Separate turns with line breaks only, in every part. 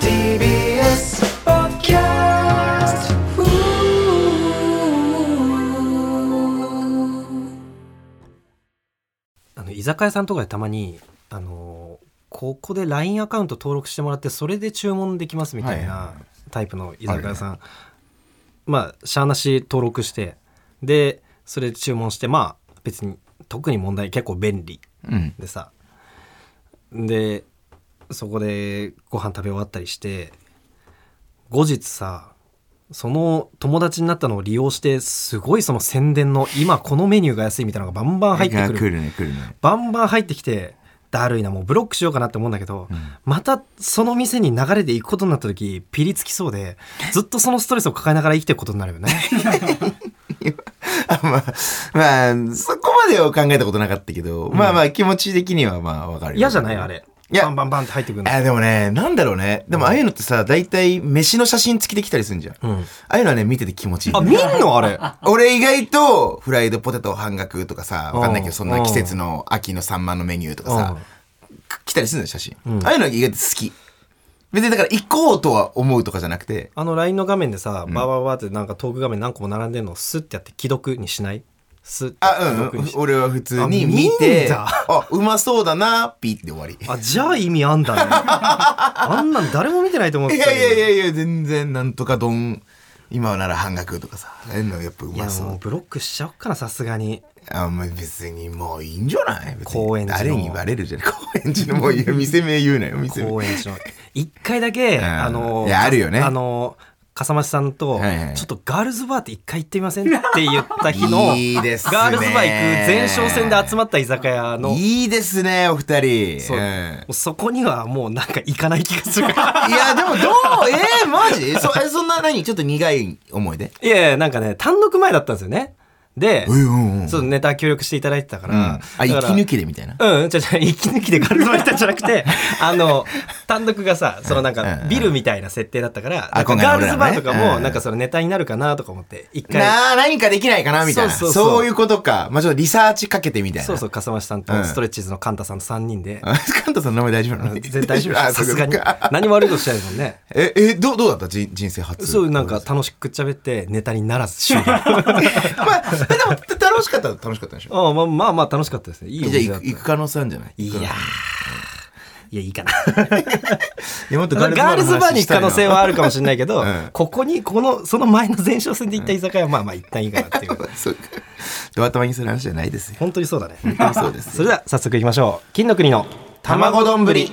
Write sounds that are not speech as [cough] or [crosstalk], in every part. TBS ポッドキャスト
あの居酒屋さんとかでたまにあのここで LINE アカウント登録してもらってそれで注文できますみたい
はいは
なタイプの居酒屋さん、まあしゃーなし登録してでそれで注文してまあ別に特に問題結構便利
うん
でさでそこでご飯食べ終わったりして後日さその友達になったのを利用してすごいその宣伝の今このメニューが安いみたいなのがバンバン入ってくる
来るね来るね
バンバン入ってきてだるいなもうブロックしようかなって思うんだけど、またその店に流れで行くことになった時ピリつきそうでずっとそのストレスを抱えながら生きていくことになるよね
あまあまあそこまでは考えたことなかったけど、まあまあ気持ち的にはまあわかるよ
嫌じゃないあれ
いや
バンバンバンって入ってくるの
あでもねなんだろうねでもああいうのってさ大体飯の写真付きできたりするんじゃん、
うん
ああいうのはね見てて気持ちいい
あ見んのあれ
俺意外とフライドポテト半額とかさわかんないけ
うん
どそんな季節の秋のサンマのメニューとかさく来たりするのよ写真、ああいうの意外と好き別にだから行こうとは思うとかじゃなくて
あの LINE の画面でさ、バーバーバーってなんかトーク画面何個も並んでるのをスッてやって既読にしないスッて
あ
既
う
読
ん
にし
俺は普通に
あ見
見
ん
て
だ
あうまそうだなピって終わり
あじゃあ意味あん
[laughs]
だねあんなん誰も見てないと思っ
い
てた
や
けど
いやいやいや全然なんとか丼今なら半額とかさああいうのやっぱう
い
ま
や
そ
もう
う
ブロックしちゃおっかなさすがに
あもう別にもういいんじゃない別に
高円寺の
誰に言われるじゃない高円寺のもういや店名言うなよ店名
高円寺の一回
[laughs]
だけ、
ん
あの
いやあるよね
あの笠間さんと、
はいはい
ちょっとガールズバーって一回行ってみませんって言った日の
いいですね
ガールズバー行く前哨戦で集まった居酒屋の
いいですねお二人
そう
うん
もうそこにはもうなんか行かない気がする [laughs] から
いやでもどうえー、マ
[laughs]
ジそえそんな何ちょっと苦い思い出
いやいやなんかね単独前だったんですよねで、
ん
そうネタ協力していただいてたから、
あ
だから
息抜きでみたいな
うん、じゃじゃ息抜きでガールズバー行ったんじゃな
[laughs]
くて、あの、単独がさ、そのなんかビルみたいな設定だったから、なん
あ
か
今回
ガ
の
ール
俺
ズ
らの
バー
ね
とかも、
うん
なんかそのネタになるかなとか思って、一回、
なあ何かできないかなみたいな
そ
そうう
そうそう
いうことかまあちょっとリサーチかけてみたいな
そうそう、笠間さん
う
と
ん
ストレッチーズのカンタさんと3人で、
あカンタさんの名前大丈夫なの
全然大丈夫
あ
さすがに
そうか。
何も悪いことしてないもんね。
ええどうどうだった人人生初
そう、なん
[laughs]
か楽しく喋って、ネタにならず終了。
まあでも楽しかったら楽しかったでしょ
あまあまあまあ楽しかったですね。いい
じ
お
ゃあ行
店だっ
く
た。
行く可能性あるんじゃない
いやー。いや、いいかな。
いやもっと
ガールズバーに行く可能性
は
はあるかもしれない [laughs] けど、
うん
ここに、この、その前の前哨戦で行った居酒屋は、まあまあ一旦いいかなっていう。
そうか [laughs] ドア玉にする話じゃないですよ
[laughs] 本当にそうだね。
そうです
[laughs] それでは早速いきましょう金の国の
卵丼ぶり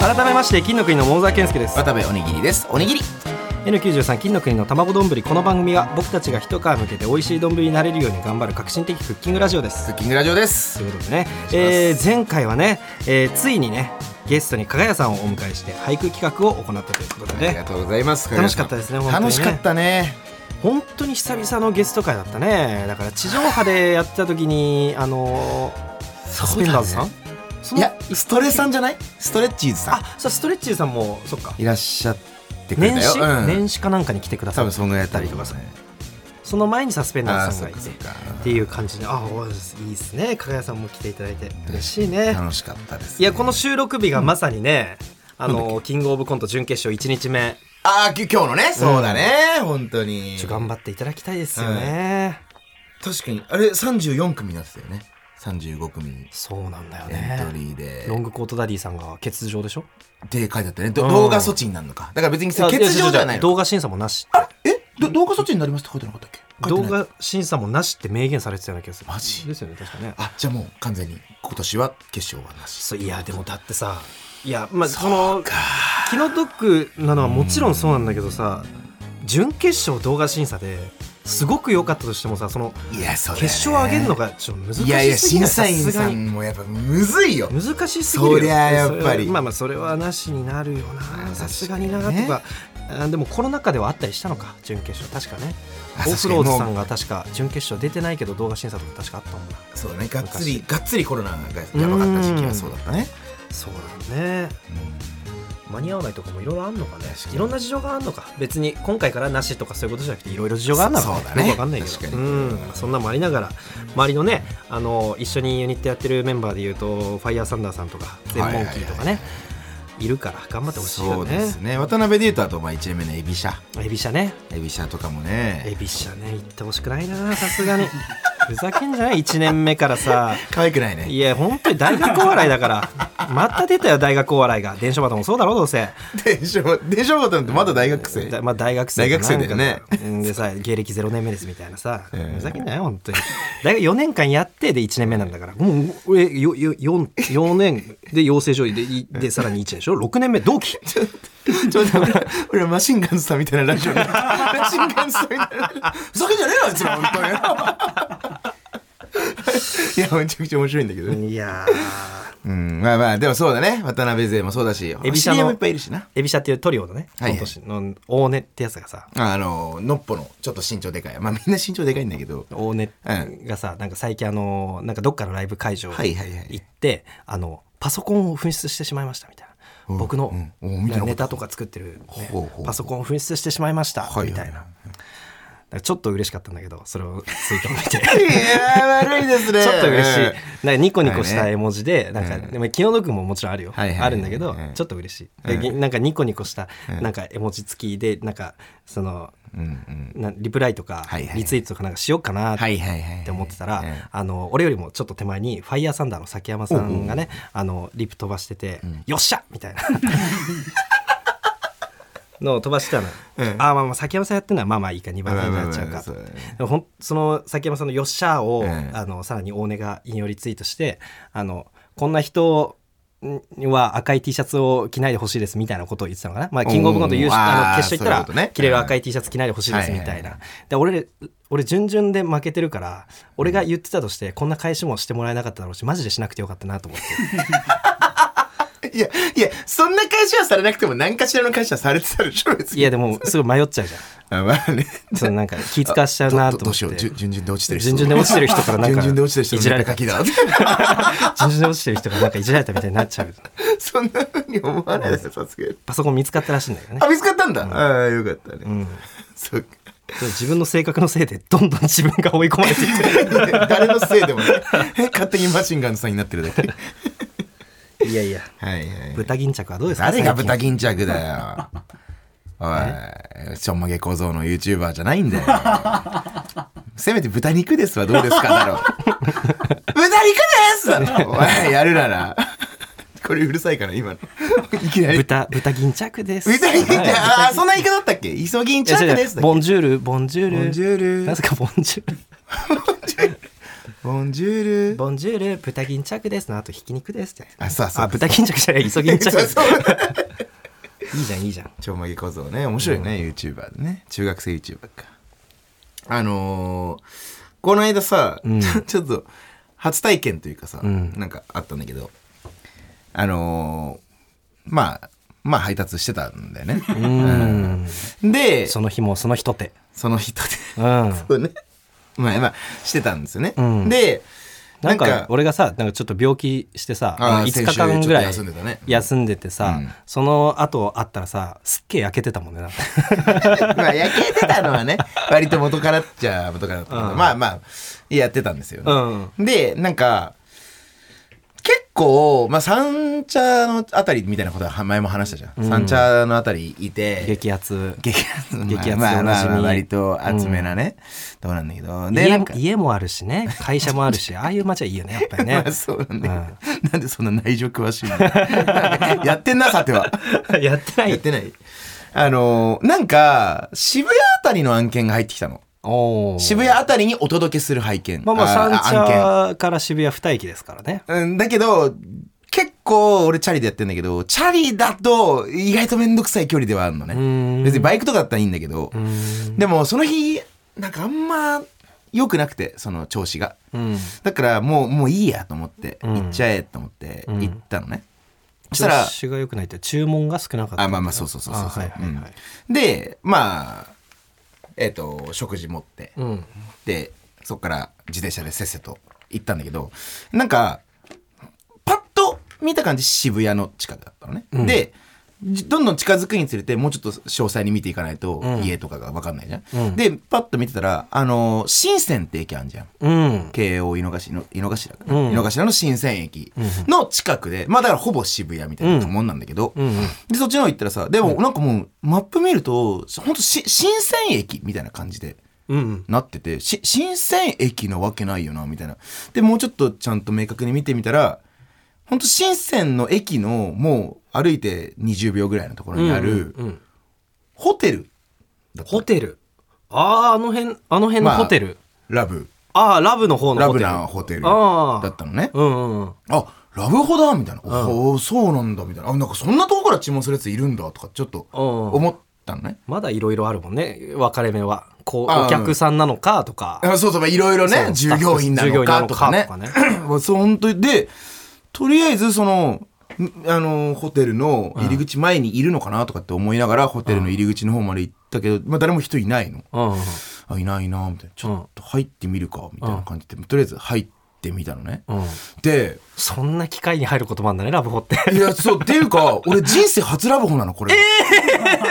改めまして金の国の桃沢健介です
渡部おにぎりですおにぎり
N93 金の国の卵丼ぶりこの番組は僕たちが一皮向けて美味しい丼になれるように頑張る革新的クッキングラジオで
ク
す
ッキングラジオです
ということで
お
ね、
願いし
え
ま
ー前回はね、えーついにねゲストに加賀谷さんをお迎えして俳句企画を行ったということ
あ
で
りが
ね
とうございます
楽しかったですね本当にね
楽しかったね
本当に久々のゲスト会だったねだから地上波でやってた時にあのースペンダーズさんそ
い
の
やストレさんじゃないストレッチーズさん
あそうストレッチーズさんもそっか
いらっしゃってくれ
年
たよ
始、
うん
年始かなんかに来てくださ
多
っ
分
て
そんぐらいやったりとかさ
その前にサスペンダー
あ
ズ
ー
さん
そ
が
っ
い
か
て
そっ
っ
か
ていう感じであおいいですね加賀谷さんも来ていただいて嬉しいね
楽しかったです
いやこの
あ
収録日がまさにね、あのキングオブコント準決勝1日目
あーき今日のねそうだね本当に
ちょ頑張っていただきたいですよね、
確かにあれ34組になってたよね35組
そうなんだよ
エントリ
ね
ーで
ロングコートダディさんが欠場でしょ
って書いてあったねど
うん
動画措置になるのかだから別にさ欠場じゃないの
動画審査もなし
えど動画措置になりますって書いてなかったっけ書い
動
てない
画審査もなしって明言されてたような気がする
マジ
ですよね確かね
あじゃあもう完全に今年は決勝はなし
そういやでもだってさいやまあその気の毒なのはもちろんそうなんだけどさ準決勝動画審査ですごく良かったとしてもさその
いやそうだよね
決勝上げるのがちょっと難しすぎ
いや
ない
いや審査員
さす
さ
がに
んもやっぱむずいよ
難しすぎるよ
そりゃやっぱり
それまあまあそれはなしになるよなさすがになと
確かにね
かあでもコロナ禍ではあったりしたのか準決勝確かね
あ
オフローズさ
確かに
ん
も
が確か準決勝出てないけど動画審査とか確かあったもんな
うそうだねがっつりがっつりコロナがやばかった時期はそうだったね
そうだね間に合わないとかもいろいろあんのかねいろんな事情があんのか別に今回からなしとかそういうことじゃなくていろいろ事情があるのか
そうだね
よくわかんないけど
確かに
うんそんなもありながら周りのねあの一緒にユニットやってるメンバーでいうとファイヤーサンダーさんとかゼンモンキーとかねいるから頑張ってほしい
そ
よ
うです
ね
ね渡辺でいうとあとまあ1年目のエビシャ
エビシャね
エビシャとかも
エ
ね
ビシャね行ってほしくないなさすがにふざけんじゃない1年目からさ
可愛くないね
いや本当に大学お笑いだからまた出たよ大学お笑いが電書バトもそうだろうどうせ
電車バ電車バトンってまだ大学生
だまあ、大学生
大学生だよね
なんかうんでさ芸歴0年目ですみたいなさ、
ええ
ふざけんなよ本当に大学4年間やってで1年目なんだからもう俺よよ 4, 4年で養成所でいでさらに1年でしょ6年目
[laughs]
同期
ちょっと待って俺俺マシンガンズさんみたいなラジオにマシンガンズさんみたいなふざけんじゃねえよあいつら本当にいやめちゃくちゃ面白いんだけどね
いや
うんまあまあでもそうだね渡辺勢もそうだし
エビシャの
CM いっぱいいるしな
エビシャっていうトリオのね
はいはい
今年の大根ってやつがさ
あののっぽのちょっと身長でかいまあみんな身長でかいんだけど
大根
うん
がさなんか最近あのなんかどっかのライブ会場
はいはいはい
行ってあのパソコンを紛失してしまいましたみたいな。
うん
僕の
うんお見てなかった
ネタとか作ってるね
ほうほう
パソコンを紛失してしまいました
はい
みたいななんかちょっと嬉しかったんだけどそれをツイートを見て
いやー悪いですね
ちょっと嬉しい
うん
なんかニコニコし
は
た
いね
絵文字でなんか
うん
でも気の毒ももちろんあるよ
はいはいはい
あるんだけど
うん
ちょっと嬉しいでぎなんかニコニコしたなんか絵文字付きでなんかその
うんうん
なリプライとか
はいはい
リツイートとかなんかしようかなって
はいはいはい
って思ってたら、
うん
あの俺よりもちょっと手前にファイヤーサンダーの崎山さんがね、あのリプ飛ばしてて「よっしゃ!」み [laughs] たいなのを飛ばしてたの、
うん
ああまあまあ崎山さんやってるのはまあまあいいか2番手になっちゃう
まあまあまあ
か
そうだね
でもほんその崎山さんの「よっしゃ!」を、
うん
あのさらに大根が引用リツイートしてあのこんな人には赤い T シャツを着ないでほしいですみたいなことを言ってたのかな、まあ、キングオブコント優勝
おー
あ
あー
の決勝行った
そういうこと
ら
ね
着れる赤い T シャツ着ないでほしいですみた
はい
い
はい
なで俺俺準々で負けてるから俺が言ってたとしてこんな返しもしてもらえなかっただろうしマジでしなくてよかったなと思って
いやいやそんな会社はされなくても何かしらの会社はされてたでしょ別に
いやでもすごい迷っちゃうじゃ
あまあね
んそ
[laughs]
のなんか気使わしちゃうなと
ど
思
う
っ
しよう
て
じゅ
順
順々で落ちてる人
々で落ちてる人からなん
順
か
々で落ちてる人
いじられた
書きだ [laughs]
[laughs] 順々で落ちてる人からなんかいじられたみたいになっちゃう
そんなふうに思わないですさすがに
パソコン見つかったらしいんだけどね
あ見つかったんだ、ああよかったね、
ん
そっか [laughs]
自分の性格のせいでどんどん自分が追い込まれていって
誰のせいでもないえ [laughs] 勝手にマシンガンズさんになってるだけ
るいやいや
はいはい
豚巾着はどうですか
誰が
最近
豚巾着だ
[laughs]
よおいちょんまげ小僧の YouTuber じゃないんだよせめて豚肉ですはどうですかだ
[laughs]
ろう豚肉ですだろおいやるならこれうるさいから今のいきなり
豚 [laughs] 豚銀着です
豚肉って、
[laughs] はい
ああーそんな言い方だったっけ磯銀
い
着
や違う違う
ですだっけ
ボンジュールボンジュール
ボンジュール
なぜかボンジュール
ボンジュール
ボンジュール豚銀着ですのあとひき肉ですって
あそうそう
あ豚銀着じゃない磯銀着
[laughs] そうそう
いいじゃんいいじゃん
ちょんまげ小僧ね面白いね、YouTuber でね中学生 YouTuber かあのーこの間さ、ちょちょっと初体験というかさ、なんかあったんだけどあのーまあまあ配達してたんだよね、うんで
その日もその人手
その人で
うん
そうねまあまあしてたんですよね、
ん
で
なんか俺がさなんかちょっと病気してさ
あー
5
先
日
週ちょっ
間
と
ぐらい
休んでたね
休んでてさ
うん
その後会ったらさすっげえ焼けてたもんねなんか
[laughs] まあ、焼けてたのはね、割と元からっちゃ元からだったけど、まあまあ、やってたんですよね。で、なんか、結構、まあ、三茶のあたりみたいなことは前も話したじゃん。三茶のあたりいて、
激アツ
激熱、
[laughs] 激アツでおなじみ
まあまあまあ、割と厚めなね、とこなんだけど、で、な
家
ん
も
か、
家もあるしね会社もあ
[laughs]
るしああいう街はいいよねやっぱりね
まあそうなんだけど、なんでそんな内情詳しいの [laughs] やってんな、さては。
[laughs] やってな
やっ
い
てない。あの、なんか、渋谷あたりの案件が入ってきたの。
おー
渋谷あたりにお届けする拝見。
まあまあ三
案
茶から渋谷二駅ですからね。
件。うん、だけど、結構俺チャリでやってんだけど、チャリだと意外とめんどくさい距離ではあるの
ー
ね。
ん
別にバイクとかだったらいいんだけど
う、ん。
でもその日、なんかあんま良くなくて、その調子が。
うん。
だからもう、もういいやと思って、
うん
行っちゃえと思って、
うん
行ったのね。そしたら
調、子が良くないって注文が少なかった。
あ、まあまあそうそうそうそうそう。
あはいはいはい
うんで、まあ、えっと、食事持って。
うん。
でそこから自転車でせっせと行ったんだけどなんかパッと見た感じ渋谷の近くだったのね、でじどんどん近づくにつれてもうちょっと詳細に見ていかないと家とかが分かんないじゃん、でパッと見てたらあのー深センって駅あるじゃん
うん。
京王井の頭の井の頭かな、
うん
井の頭の新鮮駅の近くでまあだからほぼ渋谷みたいなもんなんだけど、
うん。
でそっちの方行ったらさでもなんかもうマップ見るとほんとし新鮮駅みたいな感じで
うん。
なっててし新鮮駅なわけないよなみたいなでもうちょっとちゃんと明確に見てみたらほんと新鮮の駅のもう歩いて20秒ぐらいのところにある
うんうん
ホテルだった
ホテル。ああ、あの辺、あの辺の
まあ
ホテル。
ラブ
ああ、ラブの方の
ラ
ホテ
ブ
ル。
なホテル
ああ
だったのね
うんうん。
あラブホだみたいな、おおそうなんだみたいなあなんかそんなとこから注文するやついるんだとかちょっと
うん。
思ったのね
まだいろいろあるもんね、分かれ目は。こう、
あー
お客さんなのかとか。
あそうそうまあいろいろね
そう
従業員なのかとかね
従業員なの
[clears throat] まあそう本当にでとりあえずそのんあのホテルの入り口前にいるのかなとかって思いながら、ホテルの入り口の方まで行ったけど、まあ、誰も人いないの
うんうん。
あいないなみたいなちょっと入ってみるかみたいな感じで、とりあえず入ってみたのね、
うん。
で
そんな機会に入る言葉なんだね、ラブホって。
いや、そう、っていうか、俺人生初ラブホなの、これ。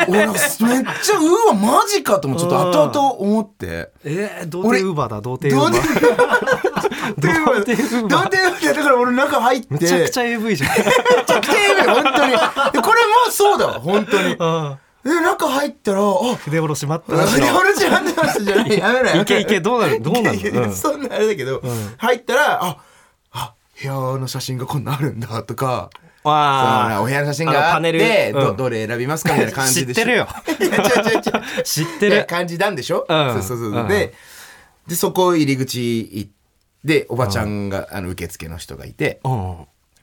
俺なんかめっちゃ、うわ、マジかとも、ちょっと後々思って。
えー、童
俺
貞ウーバーだ、童貞
ど
ウ
う
ー
で
バ
も
ー。
どうでもだから俺中入って。
めちゃくち
ゃ。
ゃ AV じゃん。
めちゃくちゃええよ、本当に。でこれもそうだわ、本当に。
うん
え、中入ったら、あ、
筆下ろし待ってまし
俺俺じゃんでましたじゃない。やめろやめろ
いけいけ、どうなるどうなる
いやいや
うん
そんなあれだけど、入ったら、あ、あ、部屋の写真がこんなあるんだ、とか。そ
わ
の
あ
お部屋の写真があって、
あのパネル
ど
うん
どれ選びますかみたいな感じでしょ
知ってるよ
いや違う違う違う
知って
いや
る。
感じなんでしょ、
うん
そうそうそう、
うん
ででそこ入り口行っておばちゃんが、あの受付の人がいて
うん。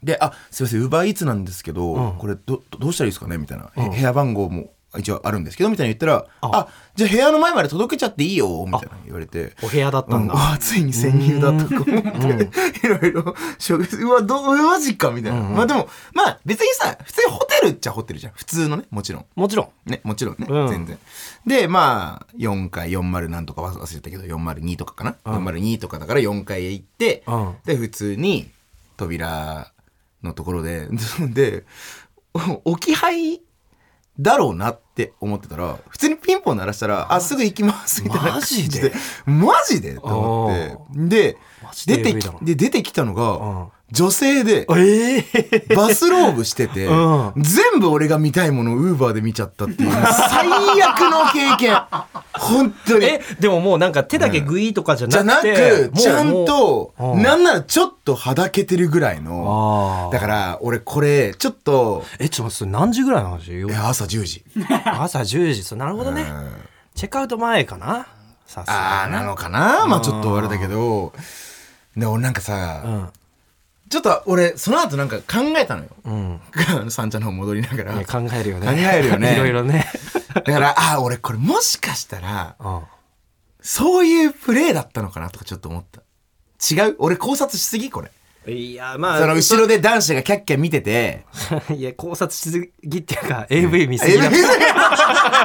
で「あすいませんウーバーイーツなんですけど、
うん
これどどどうしたらいいですかね?」みたいな、へ
うん
部屋番号も一応あるんですけど」みたいな言ったら「あじゃあ部屋の前まで届けちゃっていいよ」みたいな言われて。
お部屋だったん
うん
だ。
あついに潜入だとか思って、いろいろ、食事うわ、どう、マジかみたいな。まあでも、まあ別にさ、普通にホテルっちゃホテルじゃん。普通のね、もちろん。
もちろん。
ね、もちろんね、
うん
全然。で、まあ、4階、40なんとか忘れたけど、402とかかな、?402 とかだから4階へ行って、
うん
で、普通に扉のところで、 [laughs] で、お置き配だろうなって思ってたら、普通にピンポン鳴らしたら、あ、すぐ行きます、みたいな。
マジで
マジでと思って。で
マ、ジで
出て
AV
き
だな、
で、出てきたの
うん
が、女性
[laughs]
で、
ええ。
バスローブしてて、
うん
全部俺が見たいものをウーバーで見ちゃったっていう、最悪の経験。本当に。
え、でももうなんか手だけグイーとかじゃ
じゃ
な
な
くて。
く、
もう
ちゃん。
もう
と
う、ん
なんならちょっとはだけてるぐらいの。
ああ。
だから、俺これ、ちょっと、
え、ちょっと待ってそれ何時ぐらいの話よ
いや朝10時。
朝10時。そうなるほど
う
ね。
ん
チェックアウト前かなさす
あ
が
あ、
に
なのかなまあちょっとあれだけど、で、俺なんかさ、ちょっと俺、その後なんか考えたのよ。 [laughs]
うん。うん。
三茶の方戻りながら。
ね考えるよね。
考えるよね
いろいろ
[laughs]
ね。
だから、ああ、俺これもしかしたら、
うん。
そういうプレーだったのかなとかちょっと思った。違う俺考察しすぎこれ。
いや、まあ、
その後ろで男子がキャッキャ見てて。
[laughs] いや、考察しすぎっていうか、AV 見すぎだ。いや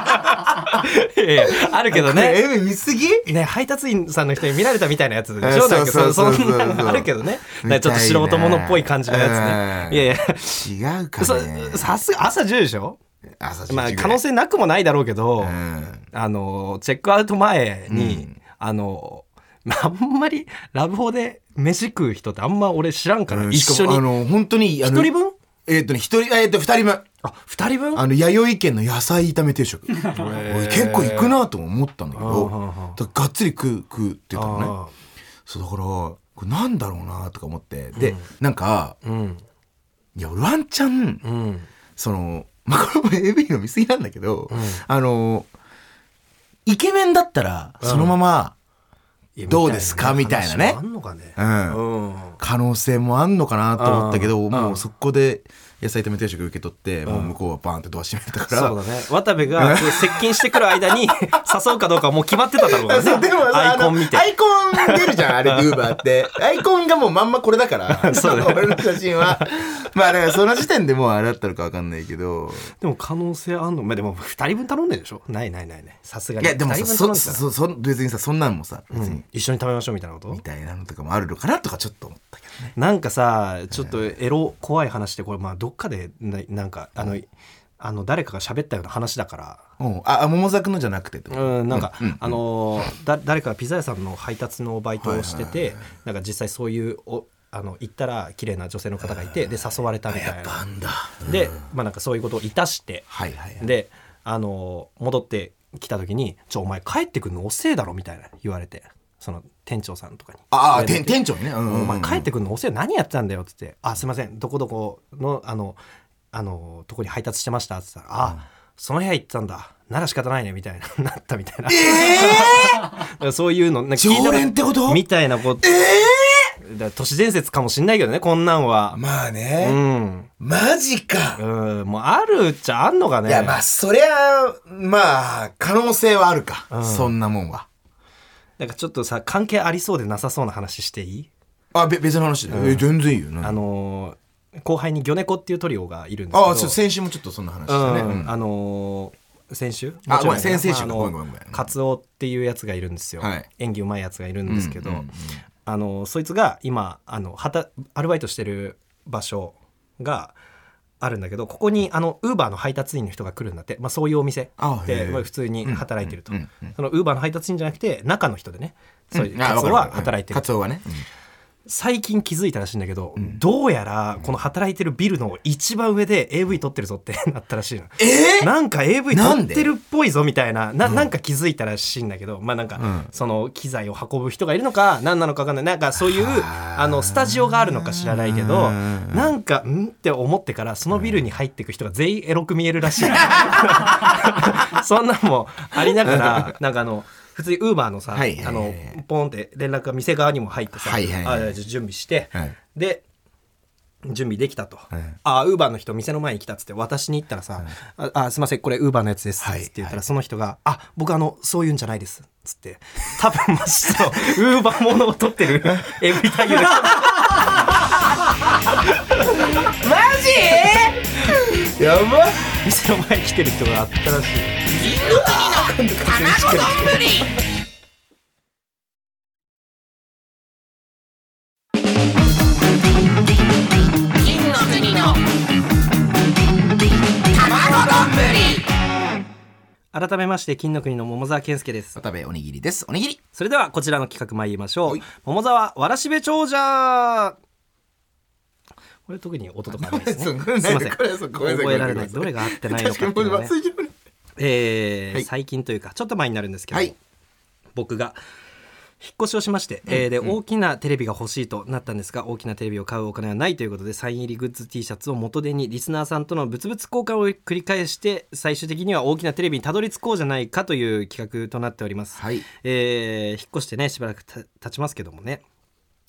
いやあるけどね。
え、見すぎ
ね、配達員さんの人に見られたみたいなやつでし
え
ょなんか
そう
そ
そうそうそ
そ
うん
なのあるけどね。なんかちょっと素人者っぽい感じのやつね。いやいや。
違うか
そ
ね。
さすが朝10でしょ
朝10時ぐらい
まあ可能性なくもないだろうけど、
うん。
あのチェックアウト前に、あのまああんまりラブホで飯食う人ってあんま俺知らんから、
うん
一緒
しかもあ
に
の、本当に、あ
一
の
人分
えーっとね、一人、えーっと、二人分。
あ二人分
あの、弥生県の野菜炒め定
[laughs]
食。俺結構行くなと思ったんだけど、
うんうん
だ
うん
からがっつり食う、食うって言ったのね。
あ
そうだから、これなんだろうなとか思って。で、なんか、
ーうん
いや、俺ワンチャン、
うん
その、まあ、これも AV の見過ぎなんだけど、あの、イケメンだったら、そのまま、
いや
どうですかみたいなね
話もあんのかね
う、
うんん
可能性もあんのかなと思ったけど、
うん
も
う
うんそこで野菜炒め定食受け取って、もう向こうはバーンってドア閉めてたから、
そうだね渡部がこう接近してく
[laughs]
る間に誘うかどうかはもう決まってただろうから
そう
ね
でもさ
ア
あ
イコ
の
ン見て
アイコン出るじゃんあ
[laughs]
れウーバーってアイコンがもうまんまこれだから
そうだ
[laughs]
ね
俺の写真はまあだからその時点でもうあれだったのか分かんないけど
でも可能性あんのまあでも二人分頼んでるでしょないないないねさすが
い
に
やでも
二
さ
人
そ
分頼んでたら
そそ別にさそんなんもさ別に、
うん一緒に食べましょうみたいなこと
みたいなのとかもあるのかなとかちょっと思ったけどね。
なんかさちょっとエロ怖い話でこれまあどっかでななんかあのあの誰かが喋ったような話だから
うんああ桃作のじゃなくてってこと
うん、なんか、あのーだ誰かがピザ屋さんの配達のバイトをしてて、なんか実際そういうおあの行ったら綺麗な女性の方がいてで誘われたみたい
な
な。
んだ
で、まあ、なんかそういうことをいたして、
はいはいはい
で、あのー戻ってきた時に「ちょお前帰ってくるの遅えだろ」みたいな言われてその店長さんとかに。
ああ
で
店店長にね、うんうんうん
お前帰ってくるの遅いよ何やってたんだよ」っつって「あすいませんどこどこのあのあのとこに配達してました」っつったら「あ、その部屋行ってたんだなら仕方ないね」みたいな [laughs] なったみたいな、だからそういうのなんか聞いた
常連ってこと
みたいなこと、だから都市伝説かもしんないけどねこんなんは
まあ
う
ね、
ん、
マジか、
うん、もうあるっちゃあんのかね
いやまあそりゃまあ可能性はあるか、そんなもんは
なんかちょっとさ関係ありそうでなさそうな話していい、
あべ別の話で、え全然いいよな
あ
あ
のー後輩に魚猫っていうトリオがいるんですけど
あそう先週もちょっとそんな話したね、
う
うん
ん、あのー先週
あごめん
もちろ
先々週
あの
ごめんごめんごめん
カツオっていうやつがいるんですよ、
はい
演技うまいやつがいるんですけど、
うんうんうん
あのーそいつが今あのはたアルバイトしてる場所があるんだけどここにあのウーバーの配達員の人が来るんだって、まあ、そういうお店
あへ
で
え
まあ普通に働いてると、
うんうん
そのウーバーの配達員じゃなくて中の人でねそういう
あ
カ
わ
ツ
か
オ
る
は働いてる
カツオはね、うん
最近気づいたらしいんだけど、どうやらこの働いてるビルの一番上で AV 撮ってるぞってなったらしいの。
え
なんか AV 撮
な
っ
んで
てるっぽいぞみたいなななんか気づいたらしいんだけどまあなんか、その機材を運ぶ人がいるのか何なのか分かんないなんかそういうあのスタジオがあるのか知らないけどなんかんって思ってからそのビルに入ってく人が全員エロく見え
[laughs]
るらしい [laughs] そんなんもありながらなんかあの普通にウーバーのさ、
はいはいはいはい
あのポンって連絡が店側にも入ってさ、
はいはいはい
あじゃあ準備して、
はい
で準備できたと、
い
あウーバーの人店の前に来たっつって渡しに行ったらさ「ああすいませんこれウーバーのやつです」っ
はい
つって言った
は
ら
い
その人が「あ僕あのそういうんじゃないです」っつって多分マジとウーバーものを取っ
[laughs]
てる AV 対応の人
やばい
店の前に来てる人があったらしい。改めまして金の国の桃沢健介です
渡部おにぎりですおにぎり
それではこちらの企画参りましょう
はい
桃沢わらしべ長者これ特に音とかな
[laughs]
いですねすいません
これそうごめんなさい
覚えられない
ご
ど
め
れ
ん
が合ってないの
確か
かっ
に
て
も
いううのね
忘れちゃうね
えー
はい
最近というかちょっと前になるんですけど、
はい
僕が引っ越しをしまして、えーで大きなテレビが欲しいとなったんですが大きなテレビを買うお金はないということでサイン入りグッズ T シャツを元手にリスナーさんとの物々交換を繰り返して最終的には大きなテレビにたどり着こうじゃないかという企画となっております、
はい
えー引っ越してねしばらくた経ちますけどもね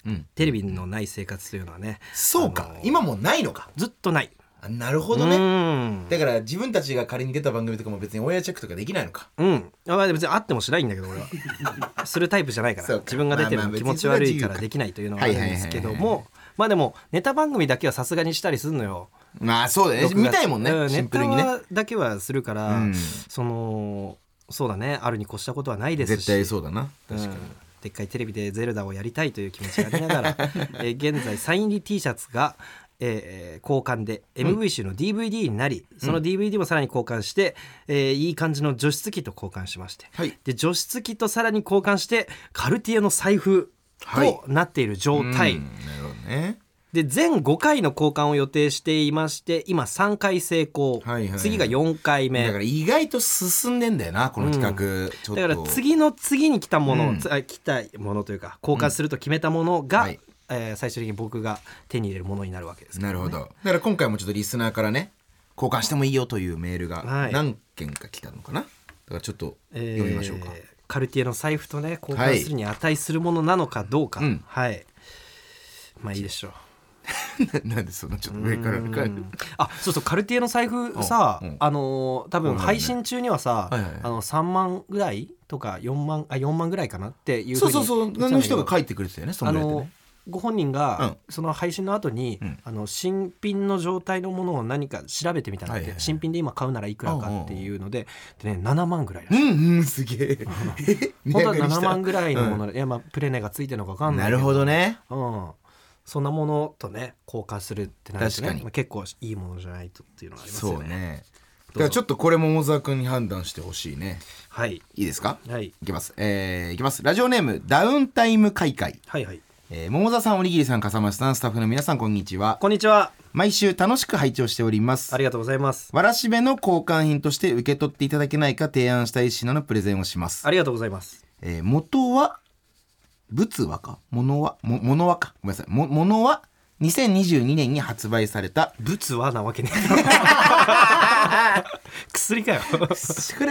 うん
テレビのない生活というのはね
そうか、今もうないのか
ずっとない
あなるほど
う
ね
ん
だから自分たちが仮に出た番組とかも別にオンエアチェックとかできないのか
うん、あまあ別にあってもしないんだけど俺
[laughs]
はするタイプじゃないから
そうか
自分が出てる
まあ
の
まあ
気持ち悪いか
別にそれは自由
ら
か
できないというのはあるんですけど
はいはいはいはい
もまあでもネタ番組だけはさすがにしたりするのよ
まあそうだね
録
見
画
たいもんね、
う
シンプルに
ネタ
ね
はだけはするから、
うん
そのそうだねあるに越したことはないですし
絶対そうだな
うんでっかいテレビで「ゼルダ」をやりたいという気持ちがありな
[laughs]
がら、えー現在サイン入り T シャツが、えー交換で MV 集の DVD になり、その DVD もさらに交換して、えーいい感じの除湿機と交換しまして、
はい
で除湿機とさらに交換してカルティエの財布
はい
となっている状
う
態、
んなるほどね
で全5回の交換を予定していまして今3回成
は
功、
いはいはい
次が4回目
だから意外と進んでんだよなこの企画、ちょっと
だから次の次に来たもの、
うん
つあ来たものというか交換すると決めたものが、
うんはい
えー最終的に僕が手に入れるものになるわけですけ
なるほどだから今回もちょっとリスナーからね交換してもいいよというメールが
はい
何件か来たのかなだからちょっと読みましょうか、 [laughs]
えーカルティエの財布とね交
は
換
い
するに値するものなのかどうか、は
う
い
ん
まあいいでしょう
なんでそんなちょっと上から上から
あそうそうカルティエの財布さ、
うんうん
あのー多分配信中には
は
さ、
いはいはい
あの3万ぐらいとか4万あ4万ぐらいかなっていうふ
そう
に
そうそう
言ってたんだけど
あの人が書いてくれてたよねそ
あ
のぐらいで
の
ね
ご本人が
う
その配信の後に、
うん
あの新品の状態のものを何か調べてみたんだって、
はいはいはい
新品で今買うならいくらかっていうので,、でね、7万ぐらいらしい
[laughs] うんうんすげえ
本当は7万ぐ
い
らいのもので、いやまあプレネがついてるのか分かんな
ないるほど
ね、
ね
うん、そんなものとね交換するってなると、
確
ね、
かに
まあ結構いいものじゃないとっていうのがありますよ
そう
ね
ねじゃあちょっとこれも大沢君に判断してほしいね
はい
いいですか
はい
いきますえー、いきますラジオネームダウンタイム開会
はいはい
えー、桃沢さんおにぎりさん笠間さんスタッフの皆さんこんにちは
こんにちは
毎週楽しく拝聴しております
ありがとうございます
わらしべの交換品として受け取っていただけないか提案したい品のプレゼンをします
ありがとうございます
えー元は、仏和か物は、も物はか。ごめんなさい。も物は、2022年に発売された、
[laughs] 仏はなわけね
[laughs]
薬かよ
これは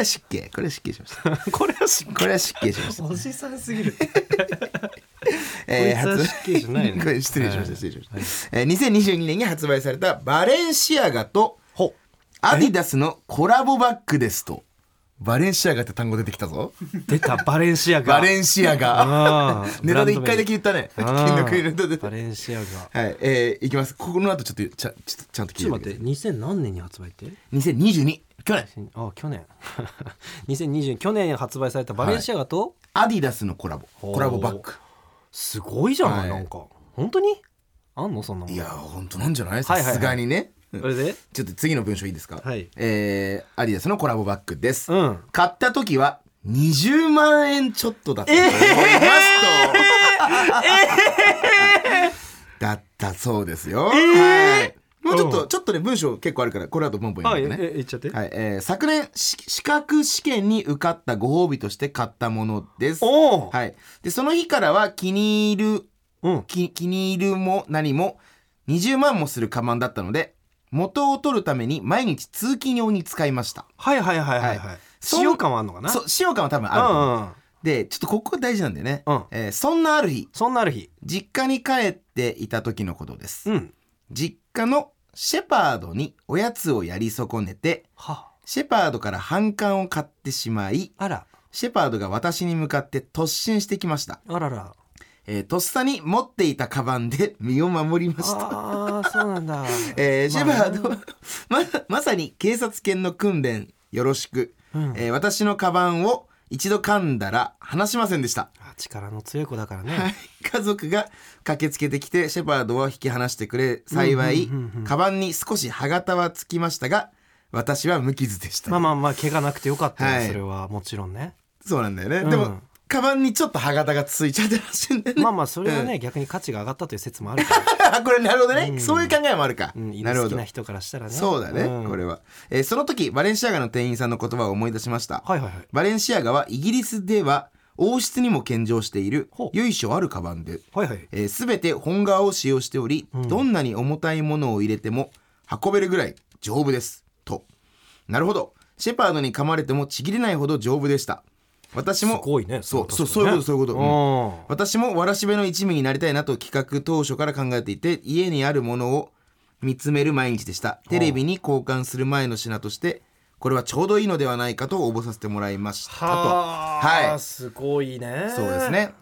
失敬。これは失敬しました。
[laughs] これはし
これは失敬しました。
おじさんすぎる
[laughs] え
こいつは失敬じゃない
[laughs]
ね
これ失礼しました。失礼しました。えー2022年に発売された、バレンシアガと、アディダスのコラボバッグですと。バレンシアガって単語出てきたぞ。
出たバレンシアが
バレンシア
あ
ガ。
ー
ネタで一回だけ言ったね。
あ
金
ー
の国の歌で。
バレン
[laughs]
シアが
はい、えーいきます。ここの後ちょっと、ちゃ、ちょっとちゃんと聞い
ち
て
ょ
み
っと待って2000何年に発売って
2022去年
あ去年 [laughs] 2020去年発売されたバレンシアガと、
アディダスのコラボコラボバッグ
すごいじゃない、
はい
なんか本当にあんのそんなもん
いやー本当なんじゃない
は
さ
いはいはい
すがにね、うん
それで
ちょっと次の文章いいですか、
はい
えーアディダスのコラボバッグです、
うん
買った時は20万円ちょっとだったと思いますと、だったそうですよ、はいもうちょっと、
うん
ちょっとね文章結構あるからこれだとボンボン
あ
読
え
んでね
え言っちゃって、
はい、えー昨年し資格試験に受かったご褒美として買ったものです。
おお、
はい、でその日からは気に入る
うん
気気に入るも何も20万もするカバンだったので元を取るために毎日通勤用に使いました
はいはいはいはいは
はいい
使用感はあんのかな
そう使用感は多分あると思う、
うんうん
でちょっとここが大事なんだよね、
うん
えーそんなある日
そんなある日
実家に帰っていた時のことです、
うん
実家のシェパードにおやつをやり損ねて
は
シェパードから反感を買ってしまい
あら
シェパードが私に向かって突進してきました、
あらら
えーとっさに持っていたカバンで [laughs] 身を守りました
ああそうなんだ
[laughs] えーシェ
まあ
バード [laughs] は、ままさに警察犬の訓練よろしく、
うん
えー私のカバンを一度噛んだら離しませんでした、
あ力の強い子だから
は
ね
い [laughs] 家族が駆けつけてきてシェパードを引き離してくれ幸い、
うんうんうんうん
カバンに少し歯型はつきましたが私は無傷でした、
まあまあまあ怪我なくてよかったよ、
はい
それはもちろんね
そうなんだよね、
うん
でもカバンにちょっと歯型がついちゃってらしいんだよね、
まあまあそれはね、逆に価値が上がったという説もあるから、
[laughs] あこれなるほどね、
うん
そういう考えもあるか、
うん、
なる
好
ほ
き
ど
な人からしたらね
そうだね、
ん
これは、えーその時バレンシアガの店員さんの言葉を思い出しました、
はいはいはい
バレンシアガはイギリスでは王室にも献上している
ほう
由緒あるカバンで、
はいはい
えー、全て本革を使用しており、どんなに重たいものを入れても運べるぐらい丈夫ですとなるほどシェパードに噛まれてもちぎれないほど丈夫でした私も
すごいね
そうそう
そ
そうう
い
いうう
こ
こととそういうこと、
ね
うん
おー
私もわらしべの一味になりたいなと企画当初から考えていて家にあるものを見つめる毎日でしたテレビに交換する前の品としてこれはちょうどいいのではないかと応募させてもらいましたと
はあ、
はい
すごいね
そうですね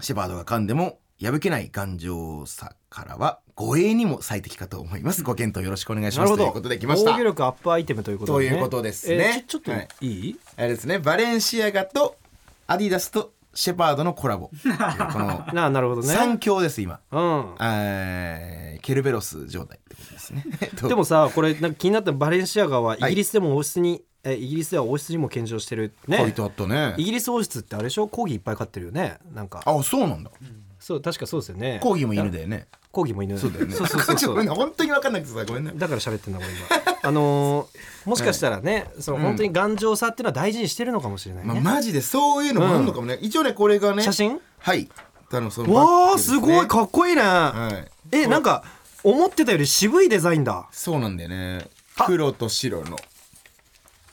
シェパードが噛んでも破けない頑丈さからは護衛にも最適かと思いますご検討よろしくお願いし
な
ます
るほ
とい
ど
うことできました
防御力アップアイテムということで、ね、
ということですね
えーちょちょっ
はい
といい、
あれですねバレンシアガとアディダスとシェパードのコ [laughs] ラボこの
ななるほどね
三強です今
うん
えーケルベロス状態ってことです
[laughs]
ね。
でもさこれなんか気になったのバレンシアガはイ
い
ギリスでも王室に、えイギリスでは王室にも献上してる
書
ね
いてあったね
イ。ギリス王室ってあれでしょコーギーいっぱい飼ってるよねなんか
あ、そうなんだ。
そう確かそうですよね
コーギーも犬だよね。
コーギーも犬
そうだよね。
そうそうそう
ち
そ
ょっとご
う
めんな本当に分かんなくてさ、ごめんな。
だから喋ってんだ俺今
[laughs]
あのーもしかしたらね、その本当に頑丈さっていうのは大事にしてるのかもしれないね、
まあ、マジでそういうのもあるのかもね。一応ね、これがね。
写真
はい。あの、その
わ
バッグ
あ
ですね
ごいかっこいいね、
はい。
えなんか思ってたより渋いデザインだ
そうなんだよね
あ。
黒と白の。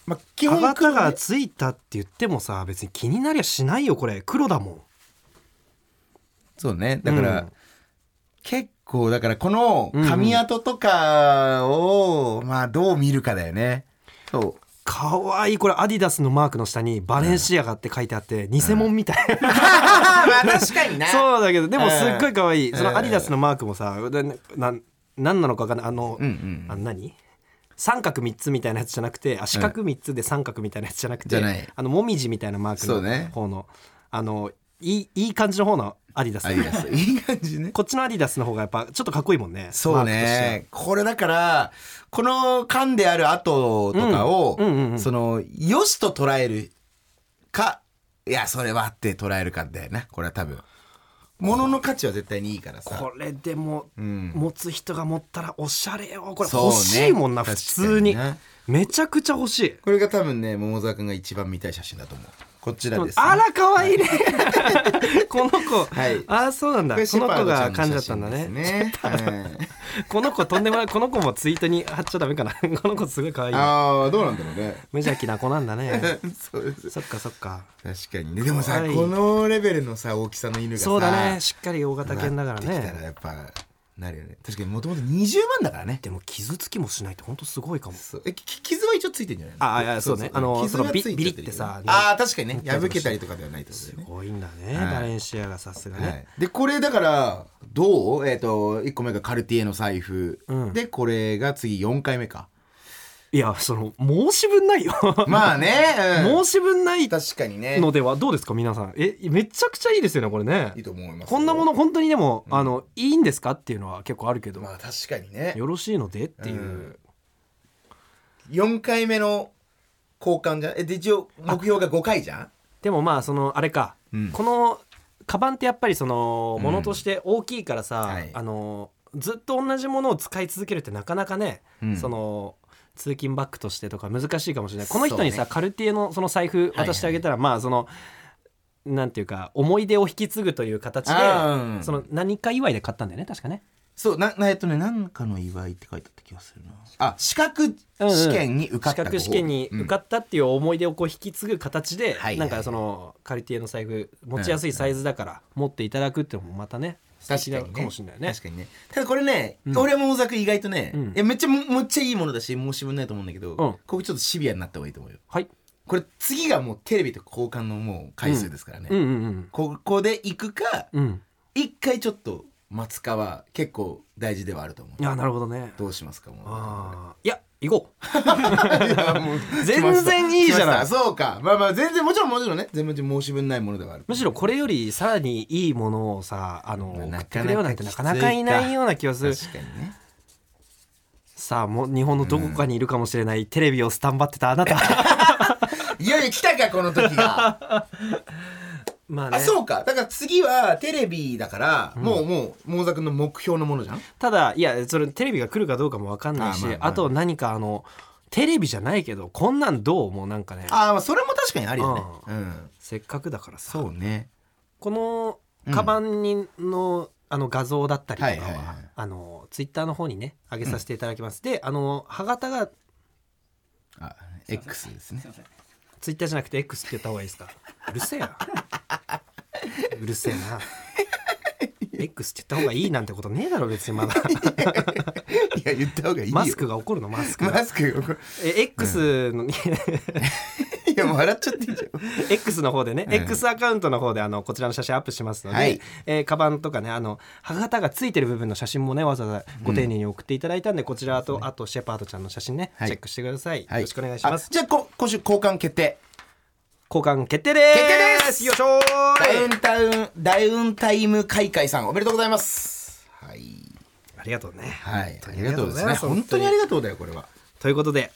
まあ、基
歯
本
型
黒
が
ね
ついたって言ってもさ別に気になりゃしないよこれ黒だもん
そうね。だから、
うん
結構、だからこの
んうん
髪跡とかを、まあ、どう見るかだよね。そう。
かわいいこれアディダスのマークの下にバレンシアガって書いてあって偽物みたい、 [laughs]
まあ、確かにな
そうだけどでも
うん
すっごいかわいい、その
うん
アディダスのマークもさでな何なのかわかんないあの、
うんうん
あの何三角三つみたいなやつじゃなくてあ四角三つで三角みたいなやつじゃなくて、
じゃない
あのもみじみたいなマーク
そうね
の方の、あのいいいい感じの方のアディダス
あります。いい感じね。
[laughs] こっちのアディダスの方がやっぱちょっとかっこいいもんね
そうね。これだから、この缶である後とかを、
うんうんうん
その、良しと捉えるか、いや、それはって捉えるかだよな。これは多分。物の価値は絶対にいいからさ。
これでも、
ん
持つ人が持ったらおしゃれよこれ
そうね
欲しいもんな、普
確かに
通に
ね
めちゃくちゃ欲しい
これが多分ね、桃沢くんが一番見たい写真だと思う。こちらです、
あら可愛いね [laughs] この子、
はい
ああそうなんだ
こ
こ
れシェ
の
パー
子
ドちゃ
が
ん
噛
の
んじゃ
写
ったん
真
だ
です
ね
ね。はい
この子とんでもないこの子もツイートに貼っちゃダメかなこの子すごい可愛いね
ああ、どうなんだろうね。
無邪気な子なん
[laughs]
だね
そうです。
そっかそっか
確かにね。でもさ、
はい
このレベルのさ、大きさの犬がさ、
そうだねしっかり大型犬だから
なってきたら
ね
やっぱ、なるよね。確かにもともと20万だからね。
でも傷つきもしないってほんとすごいかも
そうえき傷は一応ついてんじゃないの
ああいやそうねあの
傷は
そのビ
ついちゃる
ビリってさ
ああ確かにね破けたりとかではないってこと
す
だよね
ごいんだね、
はい
バレンシアがさすがね、
はい、でこれだからどうえっ、と1個目がカルティエの財布、
うん
でこれが次4回目か
い、やその申し分ないよ
まあね、うん
申し分ない
確かにね
のではどうですか皆さんえめちゃくちゃいいですよねこれね
いいと思いますよ
こんなもの本当にでも、あのいいんですかっていうのは結構あるけど、
まあ確かにね
よろしいのでっていう、
うん4回目の交換じゃんえで一応目標が5回じゃん
でもまあそのあれか、
うん
このカバンってやっぱりそのものとして大きいからさ、
はい
あのずっと同じものを使い続けるってなかなかね、
うん
その通勤バッグとしてとか難しいかもしれないこの人に
そ
さ、
うね
カルティエのその財布渡してあげたら、まあそのなんていうか思い出を引き継ぐという形で、
あーうん
その何か祝いで買ったんだよね確かね
そうななえっとねなんかの祝いって書いてあった気がするなあ資格
うんうん
試験に受かった
資格試験に受か
っ
ったっていう思い出をこう引き継ぐ形
は
で、
いはい
なんかそのカルティエの財布持ちやすいサイズだから持っていただくっていうのもまたね素
確
敵
か
な
にね
かもしれないね
確かにねただこれね、俺はもうざく意外とね、
うん
いやめっちゃもめっちゃいいものだし申し分ないと思うんだけど、ここちょっとシビアになった方がいいと思うよ
はい
これ次がもうテレビと交換のもう回数ですからね、
うんうんうん
ここで行くか
うん
一回ちょっと待つかは結構大事ではあると思う
いやなるほどね
どうしますかもう
ああいや行こう
[laughs] いやもう
全然いいじゃない
来ましたそうかまあまあ全然もちろんもちろんね全然申し分ないものではある
むしろこれよりさらにいいものをさあの
まあ
送ってくれようなんてな
な
か
か
な
なか
かいないような気がする
確かにね
さあもう日本のどこかにいるかもしれないテレビをスタンバってたあ
[laughs]
なた
いよいよ来たかこの時が
まあ
[laughs]
ね
あそうかだから次はテレビだから、もうもう桃沢君の目標のものじゃん
ただいやそれテレビが来るかどうかも分かんない
あ
しあ,、
まあまあ
と何かあのテレビじゃないけどこんなんどうもうなんかね
ああまあそれも確かにあるよね
う
うん
せっかくだからさ
そうね
このカバンにの,、あの画像だったりとかは,、
はいはいはい
あのツイッターの方にね上げさせていただきます、であの歯型が
あ X ですね
ツイッターじゃなくて X って言った方がいいですかうるせえなうるせえな X って言った方がいいなんてことねえだろ別にまだ
[laughs] いや言った方がいいよ
マスクが怒るのマスクが
マスクが
え X の、
いやもう笑っちゃってんじゃん
X の方でね、X アカウントの方であのこちらの写真アップしますので、
はい
えーカバンとかねあの歯型がついてる部分の写真もねわざわざご丁寧に送っていただいたんで、こちらと、あとシェパードちゃんの写真ね、
はい
チェックしてください、
はい
よろしくお願いします
あじゃあこ今週交換決定
交換決定です
決定です
よいしょーい
ダウンタウンダウンタイム開会さんおめでとうございますはい
ありがとうね
はい
本
あ
当に
りがとうですね本当にありがとうだよこれは
ということで、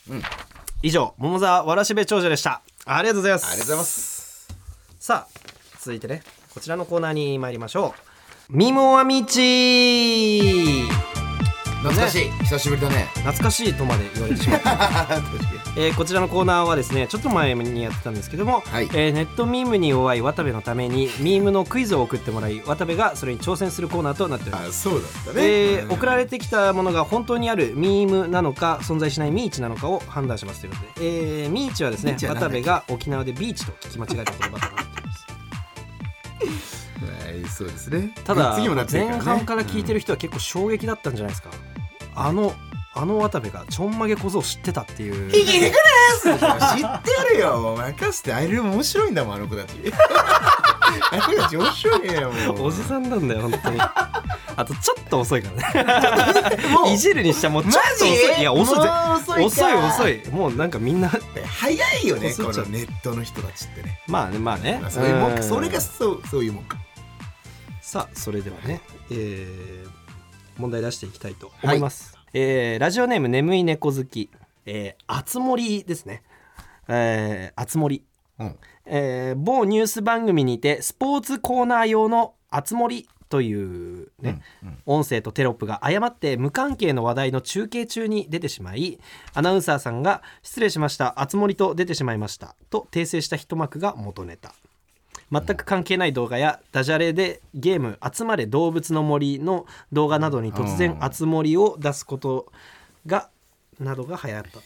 以上桃沢わらしべ長者でしたありがとうございます
ありがとうございます
さあ続いてねこちらのコーナーに参りましょうミモアミチ
懐かしい久しぶりだね
懐かしいとまで言われてしまった
[laughs]
えーこちらのコーナーはですねちょっと前にやってたんですけども、
はい
えーネットミームに弱い渡部のためにミームのクイズを送ってもらい渡部がそれに挑戦するコーナーとなっております。
あそうだった
えー送られてきたものが本当にあるミームなのか存在しないミーチなのかを判断しますということで、えーミーチはですね
ミーチは何
渡部が沖縄でビーチと聞き間違えた言葉となっています
はいそうですね
ただ
次もなってる
前
からね
半から聞いてる人は結構衝撃だったんじゃないですか、あのあの渡部がちょんまげ小僧を知ってたって
[laughs]
いう
生きてく
[laughs]
れーす知ってるよ任せてあれ面白いんだもんあの子たち
あこれは常識ねえよも
お
う
じさんなんだよ本当
[laughs]
にあとちょっと遅いから
も
ね
う
いじるにしちゃもうちょっと遅
マジ
いいや遅い
もう
ぜ
遅いか
遅い遅いもうなんかみんな
早いよねこ
そう
の
そう
ネットの人たちってね
まあねまあね
あそういうもん
う
か
ん
それがそうそういうもんか
さあそれではね、えー問題出していきたいと思います、えーラジオネーム眠い猫好きえーあつ森ですねえーあつ森
うん
えー某ニュース番組にてスポーツコーナー用の「あつ森」という、ね音声とテロップが誤って無関係の話題の中継中に出てしまいアナウンサーさんが「失礼しましたあつ森」と出てしまいましたと訂正した一幕が元ネタ全く関係ない動画やダジャレでゲーム「集まれ動物の森」の動画などに突然
う
「
ん
あつ森」を出すことがなどが流行ったと。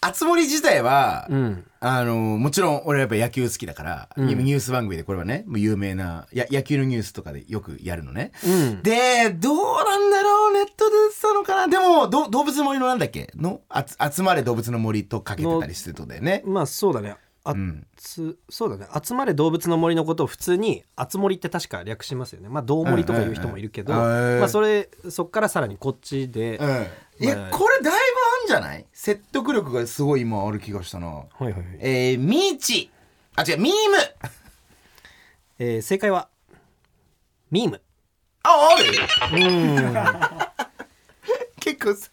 あつ森自体は、
うん
あのもちろん俺はやっぱ野球好きだから、ニュース番組でこれはねもう有名なや野球のニュースとかでよくやるのね、
うん
でどうなんだろうネットで出てたのかなでもど動物の森のなんだっけのあつ集まれ動物の森とかけてたりしてるってことだよね
まあそうだね。あ
ん
つそうだね「集まれ動物の森」のことを普通に「あつ森」って確か略しますよねまあ「どう森」とか言う人もいるけど、
うんうんうんへー
まあ、それそっからさらにこっちで、
うんいやこれだいぶあんじゃない説得力がすごい今ある気がしたな
はいはいはい
えー、ミーチあ違うミーム
えー正解は「ミーム
あ、ある [laughs] 結構、結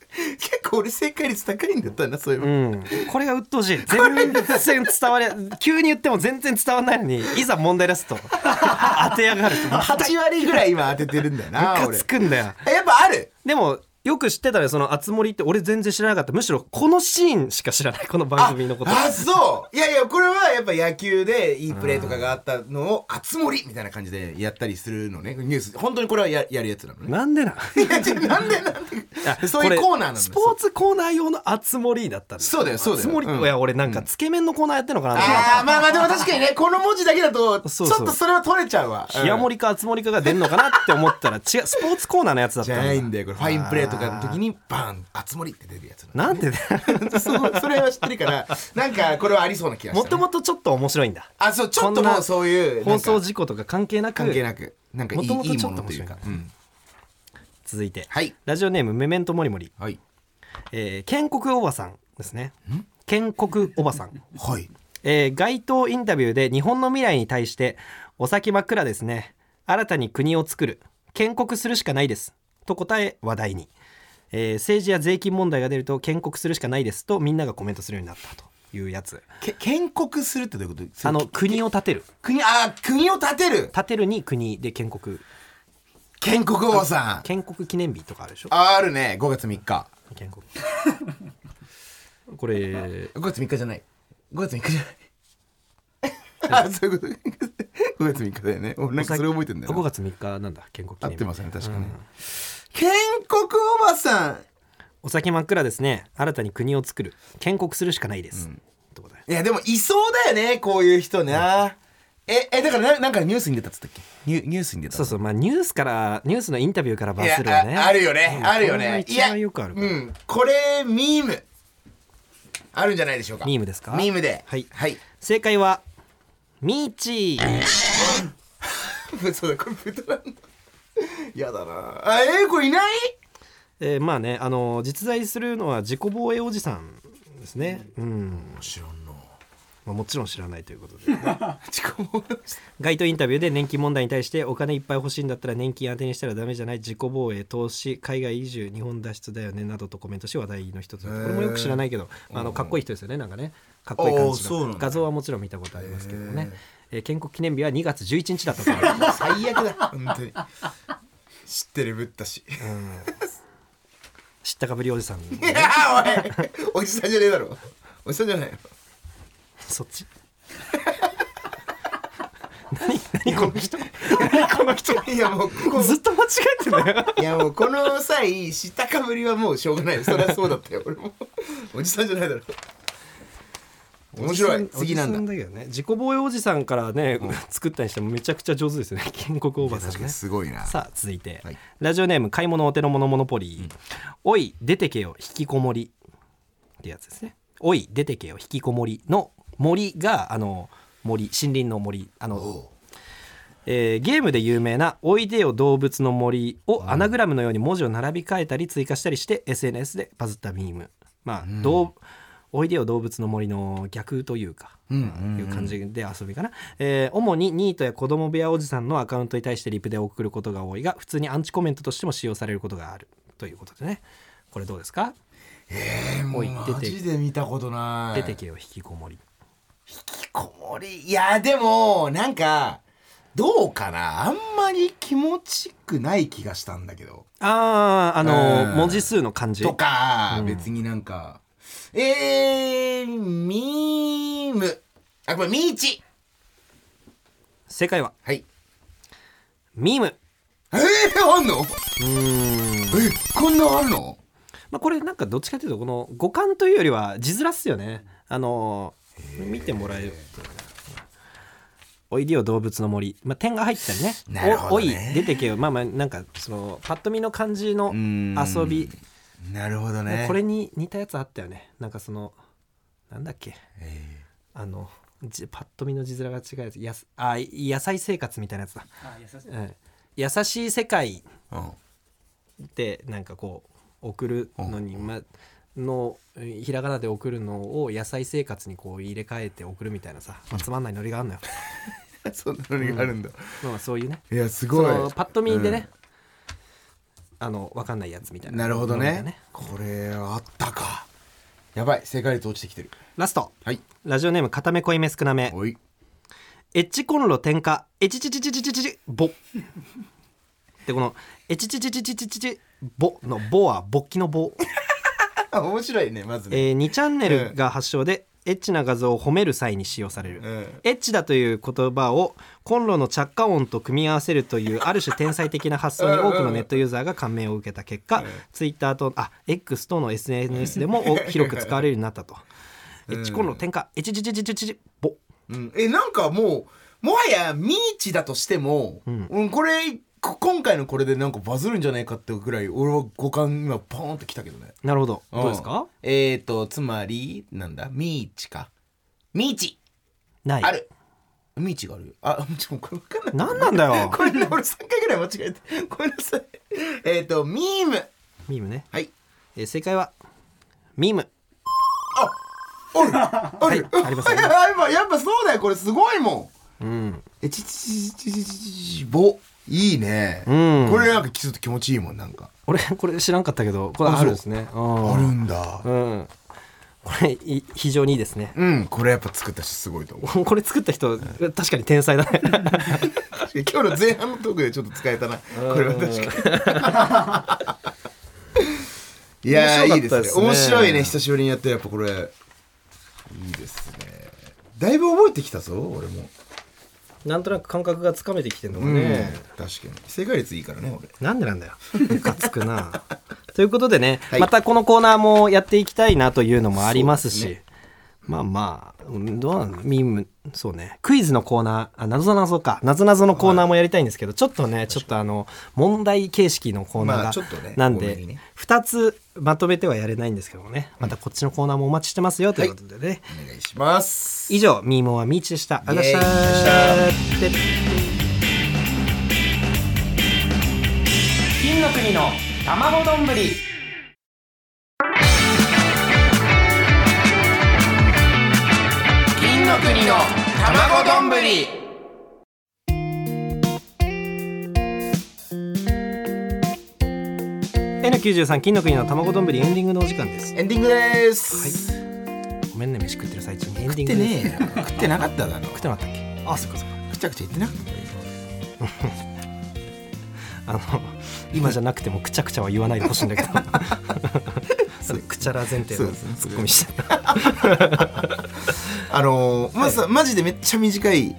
構俺正解率高いんだったな、そういう」
う
の。
ん、これが鬱陶しい全然伝われ急に言っても全然伝わらないのにいざ問題出すと当てやがる
[laughs] 8割ぐらい今当ててるんだ [laughs] よな、
ムカ
俺
つ。くんだよ
えやっぱある
でもよく知ってたねその「あつ森」って俺全然知らなかったむしろこのシーンしか知らないこの番組のこと
あ、そういやいや、これはやっぱ野球でいいプレーとかがあったのを、あつ森みたいな感じでやったりするのね、ニュース。本当にこれはややるやつなのね。
なんでなん
いやちょなんでなん
あ
で [laughs] そういうコーナーなん
こ
だ
れスポーツコーナー用の熱盛だったんだ
そうだよそうだよ
熱盛、
うん
いや俺なんかつけ麺のコーナーやってんのかなと思った
あーまあまあでも確かにねこの文字だけだとち
そ
ょ
う
っ
そう
とそれは取れちゃうわうん
冷や盛りか熱盛かが出んのかなって思ったら違うスポーツコーナーのやつだっ
じ
た
ゃ
んだ
ないんだよこれファインプレーとかの時にバーンあつ森って出るやつな
な
の
んでだ
[laughs]
よ
そうそれは知ってるからなんかこれはありそうな気がした、
も
ね、
ともとちょっと面白いんだ
あそうちょっと
こん
も
な
うそういう
放送
時
事故とか関係なく
関係なくなんかいい
もともと
いい
ちょ
も
っ
の
と
と
面白
いう
い
か、うん、
続いて、
はい
ラジオネームメメントモリモリ、
はい
えー、建国おばさんですね建国おばさん
はい
えー街頭インタビューで日本の未来に対して「お先真っ暗ですね新たに国を作る建国するしかないです」と答え話題に、えー政治や税金問題が出ると建国するしかないですとみんながコメントするようになったというやつ
け建国するってどういうこと
あの国を建てる
国あー国を建てる
建てるに国で建国
建国王さん
建国記念日とかあるでしょ
ああるね5月3日
建国これ
5月3日じゃない5月3日じゃないあ [laughs] そういうこと5月3日だよね [laughs] 俺なんかそれ覚えてんだよ
5
な
月3日なんだ建国記
合
念
っ
日
てますね確かね、建国おばさん
お先真っ暗ですね新たに国を作る建国するしかないです、ってことだよ
いやでもいそうだよねこういう人な、ええだからななんかニュースに出たっつったっけニュニュースに出た
そうそう、まあ、ニュースから、ニュースのインタビューからバ
いや
ズるよね。
ああるよね、
うん
あるよ
これが
ね
一番よくあるか
いや
ら。
うんこれミームあるんじゃないでしょうか
ミームですか
ミームでは
はい
はい
正解は、ミーチー。
そうだこれ豚なんだやだなあえー、これいない
えーまあね、あの、実在するのは自己防衛おじさんですね。うん。
知らんな
まあ、もちろん知らないということ
[laughs]
で。
ちこも
街頭インタビューで年金問題に対してお金いっぱい欲しいんだったら年金当てにしたらダメじゃない自己防衛投資海外移住日本脱出だよねなどとコメントし話題の一つこれもよく知らないけど、まあ、あのかっこいい人ですよねなんかねかっこいい感
おー
じ
そうなん
の
だ
画像はもちろん見たことありますけどね、えー建国記念日は2月11日だったそうです
最悪だ本当に知ってるぶったし
[laughs] 知ったかぶりおじさん
いやーおいおじさんじゃねえだろおじさんじゃないよ
そっち何何この人何この人
いやもうここ
ずっと間違えてんだよ
いやもうこの際知ったかぶりはもうしょうがないよそりゃそうだったよ俺もおじさんじゃないだろ面白い次なんだ
だけどね自己防衛おじさんからね、作ったにしてもめちゃくちゃ上手ですよね建国おばさんね
ごいな
さあ続いて、
はい
ラジオネーム買い物お手の物モノポリー、おい出てけよ引きこもりってやつですねおい出てけよ引きこもりの森があの森森林の森あの
おう
えーゲームで有名な「おいでよ動物の森」をアナグラムのように文字を並び替えたり追加したりして SNS でバズったミームまあ、どうおいでよ動物の森の逆というか、いう感じで遊びかな、えー主にニートや子供部屋おじさんのアカウントに対してリプで送ることが多いが普通にアンチコメントとしても使用されることがあるということでねこれどうですか
えーもう
おい出て
マジで見たことな
出
い
てけよ引きこもり
引きこもりいやでもなんかどうかなあんまり気持ちくない気がしたんだけど
あああの
うん
文字数の感じ
とか、別になんかえー、ミームあこれミーチ [laughs]
正解は
はい
ミーム
えー、あんの
うーん
えこんなんあるの
まあ、これなんかどっちかというとこの五感というよりは字面っすよねあのー見てもらえるとおいでよ動物の森、まあ、点が入ったりね
なるほ
お
ど
おい
ね
出てけよまあまあなんかそのパッと見の感じの
ん
遊び
なるほどね
これに似たやつあったよねなんかそのなんだっけ
え
あのじパッと見の字面が違うやつやすあ野菜生活みたいなやつだ、うん優しい世界
ーうん
ってなんかこう送るのに、ま、のえーひらがなで送るのを野菜生活にこう入れ替えて送るみたいなさ、まあつまんないノリがあるの
[laughs]
よ
[laughs] そんなのがあるんだ、
まあまあそういうね
いやす
そ
ご
の
い
パッと見でね、あの分かんないやつみたいな
なるほど
の
ね
が
これあったかやばい正解率落ちてきてる
ラスト
はい
ラジオネーム片目濃いめ少なめ
おい
エッチコンロ点火エチチチチチチチチボでこのエチチチチチチチチボのボは勃起の棒
あ [laughs] 面白いねまずね、
えー、2チャンネルが発祥で、エッチな画像を褒める際に使用される、
うん
エッチだという言葉をコンロの着火音と組み合わせるというある種天才的な発想に多くのネットユーザーが感銘を受けた結果、ツイッターとあ X との SNS でもお広く使われるようになったと、エッチコンロ点火エチチチチチチチボ
うん、えなんかもうもはやミーチだとしても、うんこれこ今回のこれでなんかバズるんじゃないかってぐらい俺は五感今ポーンってきたけどね
なるほどどうですか
んえっ、ー、とつまりなんだミーチかミーチ
ない
あるミーチがあるよあ [laughs] ちょっとこれ分かんない
何なんだよ
これね俺3回ぐらい間違えてごめんなさいえっ、ー、とミーム
ミームね、
はい
えー正解はミーム
おるおる、
はいありますあります
[laughs] やっぱやっぱそうだよこれすごいもん
うん
えちちちちちちちぼいいね、
うん
これなんかちょっと気持ちいいもんなんか、
俺これ知らんかったけどこれあるんですねうん
あるんだ
うん。これい非常にいいですね。
うんこれやっぱ作った人すごいと思う [laughs]
これ作った人確かに天才だね。
確かに今日の前半のトークでちょっと使えたなこれは確かに [laughs] いやーい
面白かっ
い
た
で
です
す
ね
ね面白いね久しぶりにやってやっぱこれいいですねだいぶ覚えてきたぞ俺も
なんとなく感覚がつかめてきてるのが
うん、
ね。
確かに正解率いいからね俺
なんでなんだ
[laughs]
よ。ムカつくな。ということでね、
はい
またこのコーナーもやっていきたいなというのもありますし。
そうです
まあまあ、うんどうなのミーム、そうね。クイズのコーナー、あ、なぞなぞか。なぞなぞのコーナーもやりたいんですけど、ちょっとね、ちょっとあの、問題形式のコーナーが、
まあちょっとね
なん
多め
で、
にね
2つまとめてはやれないんですけどもね。またこっちのコーナーもお待ちしてますよということでね。
お願いします
以上ミーモはミーチでしたありがとうございましたで金の国の卵丼ぶり
金の国の卵丼ぶり
えの93金の国の卵丼ぶりエンディングのお時間です
エンディングです、
ごめんね飯食ってる最中にエンディ
食
ング
って
です
ねえよ食ってなかっただろ
食ってなかったっけあそっかそっか
くちゃくちゃ言ってなかったよ
あの今じゃなくてもくちゃくちゃは言わないでほしいんだけどそれくちゃら前提
そう
の
ですね
ツッコミしてた
あのーまあさ、マジでめっちゃ短い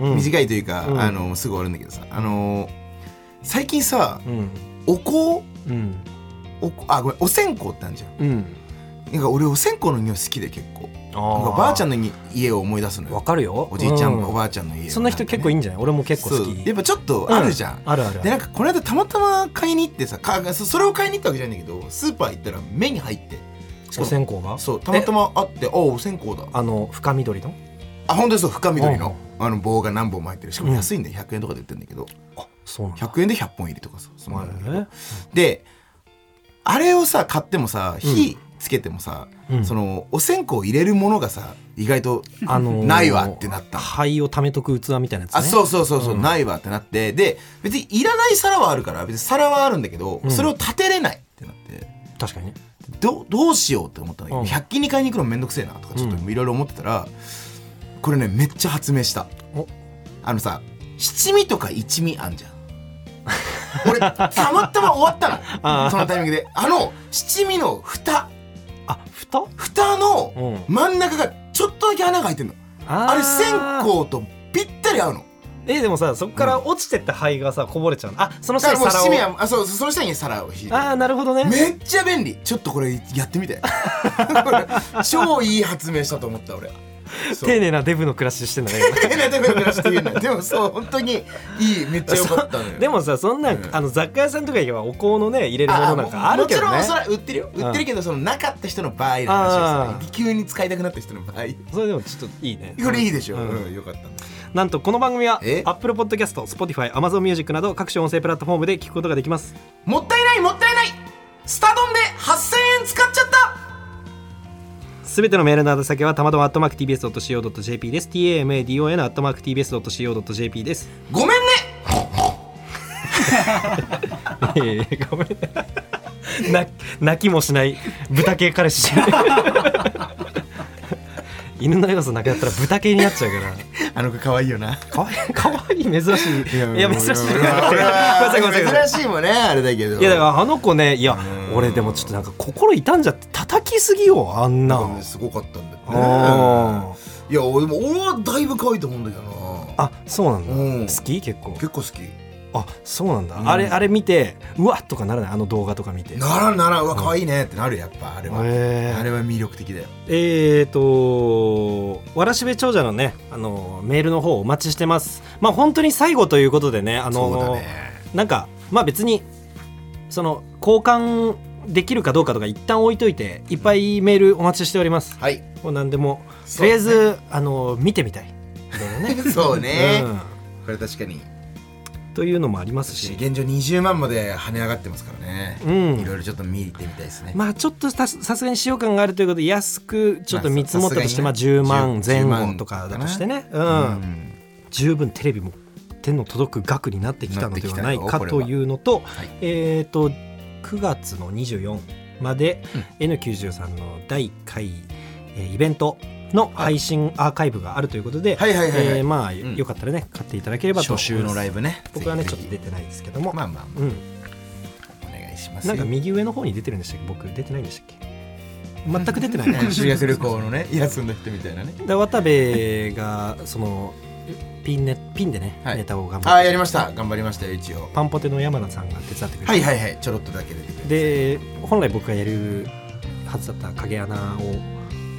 うん
短いというか、
うん
あのーすぐ終わるんだけどさあのー最近さ
うん
お香
うん
お香あごめんお線香ってあるじゃん
うん
なんか俺お線香の匂い好きで結構
あ
なんかばあちゃん
ん
のに家を思い出すの
わ
よ
かるよ
おじいちゃん、
う
おばあちゃんの家
そんな人結構いいんじゃない俺も結構好
そう
き
やっぱちょっとあるじゃん、
あるあるある
でなんかこの間たまたま買いに行ってさかそそれを買いに行ったわけじゃないんだけどスーパー行ったら目に入ってしか
お
も
線香が
そうたまたまあってあお線香だ
あの深緑の
あ本当にそう深緑
うん
のあの棒が何本も入ってるしかも安いんだよ100円とかで売ってるんだけど
あそうなんだ
100円で100本入りとかさそのあるんだけど
へ
であれをさ買ってもさ火つけてもさ、
うん
そのお線香入れるものがさ意外と
えあのー
ないわってなった、
灰を溜めとく器みたいなやつね
あそうそうそうそう、ないわってなってで別にいらない皿はあるから別に皿はあるんだけど、それを立てれないってなって
確かにね
どどうしようって思ったんだけど、
うん
100均に買いに行くのめんどくせえなとかちょっといろいろ思ってたら、これねめっちゃ発明した
お
あのさ七味とか一味あんじゃん俺たまたま終わ
[laughs]
った
あ
の
ー
そのタイミングであの七味の蓋
あ蓋
蓋の
ん
真ん中がちょっとだけ穴が開いてんの
あー
あれ線香とぴったり合うの
えでもさそこから落ちてった灰がさこぼれちゃうのあその
だか
下に
らもう七味
皿を
はあそうその下に皿を引いて
ああなるほどね
めっちゃ便利ちょっとこれやってみ
[laughs]
て超いい発明したと思った俺そう
丁寧なデブの暮らししてんだね今
変なところからして言う
[laughs]
なでもそう本当にいいめっちゃ良かったの [laughs] よ
でもさそんなん、
うん
あの雑貨屋さんとか行けばお香のね入れるものなんかあるけどね
もちろんそれは売ってるよ売ってるけど、そのなかった人の場合の話
あ
です急に使いたくなった人の場合
それでもちょっといいね
これいいでしょ、
うん
うんよかったんです
なんとこの番組は
え
Apple Podcast、Spotify、Amazon Music など各種音声プラットフォームで聞くことができます
もったいないもったいないスタドンで8000円使っちゃった
すべてのメールの宛先はたまどま atmarktbs.co.jp です tamadon
[laughs]
atmarktbs.co.jp です
ごめんね
いやいやごめんな [laughs] 泣きもしない豚系彼氏 [laughs] 犬の要素なくなったら豚系になっちゃうから
あの子可愛いよな
かわいいかわいい珍しいいや珍し
[laughs]
いじゃなくてごめん
俺
なさいごめんなさい
は珍しいもんねあれだけど
いやだからあの子ねいや俺でもちょっとなんか心痛んじゃって叩きすぎよあんな
うんすごかったんだよね
あ
いや俺も俺はだいぶ可愛いと思うんだけどな
あそうな
うん
んだ好き結構
結構好き
あそうなんだあれあれ見てうわっとかならないあの動画とか見て
ならんならんうわ可愛いねってなるやっぱあれは、
へー
あれは魅力的だよ
えーと、わらしべ長者のね、あの、メールの方お待ちしてます。まあ本当に最後ということでね、あ
そうだ
の、
ね
なんか、まあ別に、その、交換できるかどうかとか一旦置いといて、いっぱいメールお待ちしております。
はい
もう何でも、
そ
と
う
りあ
で
えず、あの、見てみたい。
[laughs] そうね、
うん
これ確かに
というのもありますし、
現状20万まで跳ね上がってますからね、
うん
いろいろちょっと見てみたいですね、
まあちょっとささすがに使用感があるということで、安くちょっと見積もったとして、ま
ま
あ
あさすがに
10
ね
万前
10万
後とかだとしてね。うん
うん
十分テレビも手の届く額になってきたのではないかというのと,、
はい
えー、と9月の24まで、N93 の第1回、えーイベントの配信アーカイブがあるということで、
はいはいはいはい
えーまあ、
ん
よかったらね買っていただければと思いま
初
す
週のライブね
僕はね
ぜ
ちょ
ひ
っ
ぜ
と
ひ
出てないですけども、
まあまあま
うん、
あお願いします
なんか
み
右上の方に出てるんでしたっけ僕出てないんでしたっけ全く出てない
[laughs] 修学旅行のね休んだ人みたいなね
で渡部がそのピン,、ね、ピンでね、
はい
ネタを頑
あ
張
あ
って
やりました頑張りましたよ一応
パンポテの山名さんが手伝ってくれて、
はいはいはいちょろっとだけ出てくる
で本来僕がやるはずだった影穴を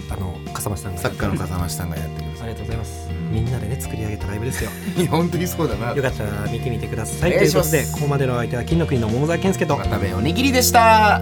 あの笠間さんが
作家の風間さんがやってくだ
あ
さ
りがとうございます
ん
みんなでね作り上げたライ
[laughs]
ブですよ
いいや本当にそうだな
よかったら見てみてください
お
と
願い
い
うし
こ
ま
と
す
でここまでのお相手は金の国の桃沢健介と
渡部おにぎりでした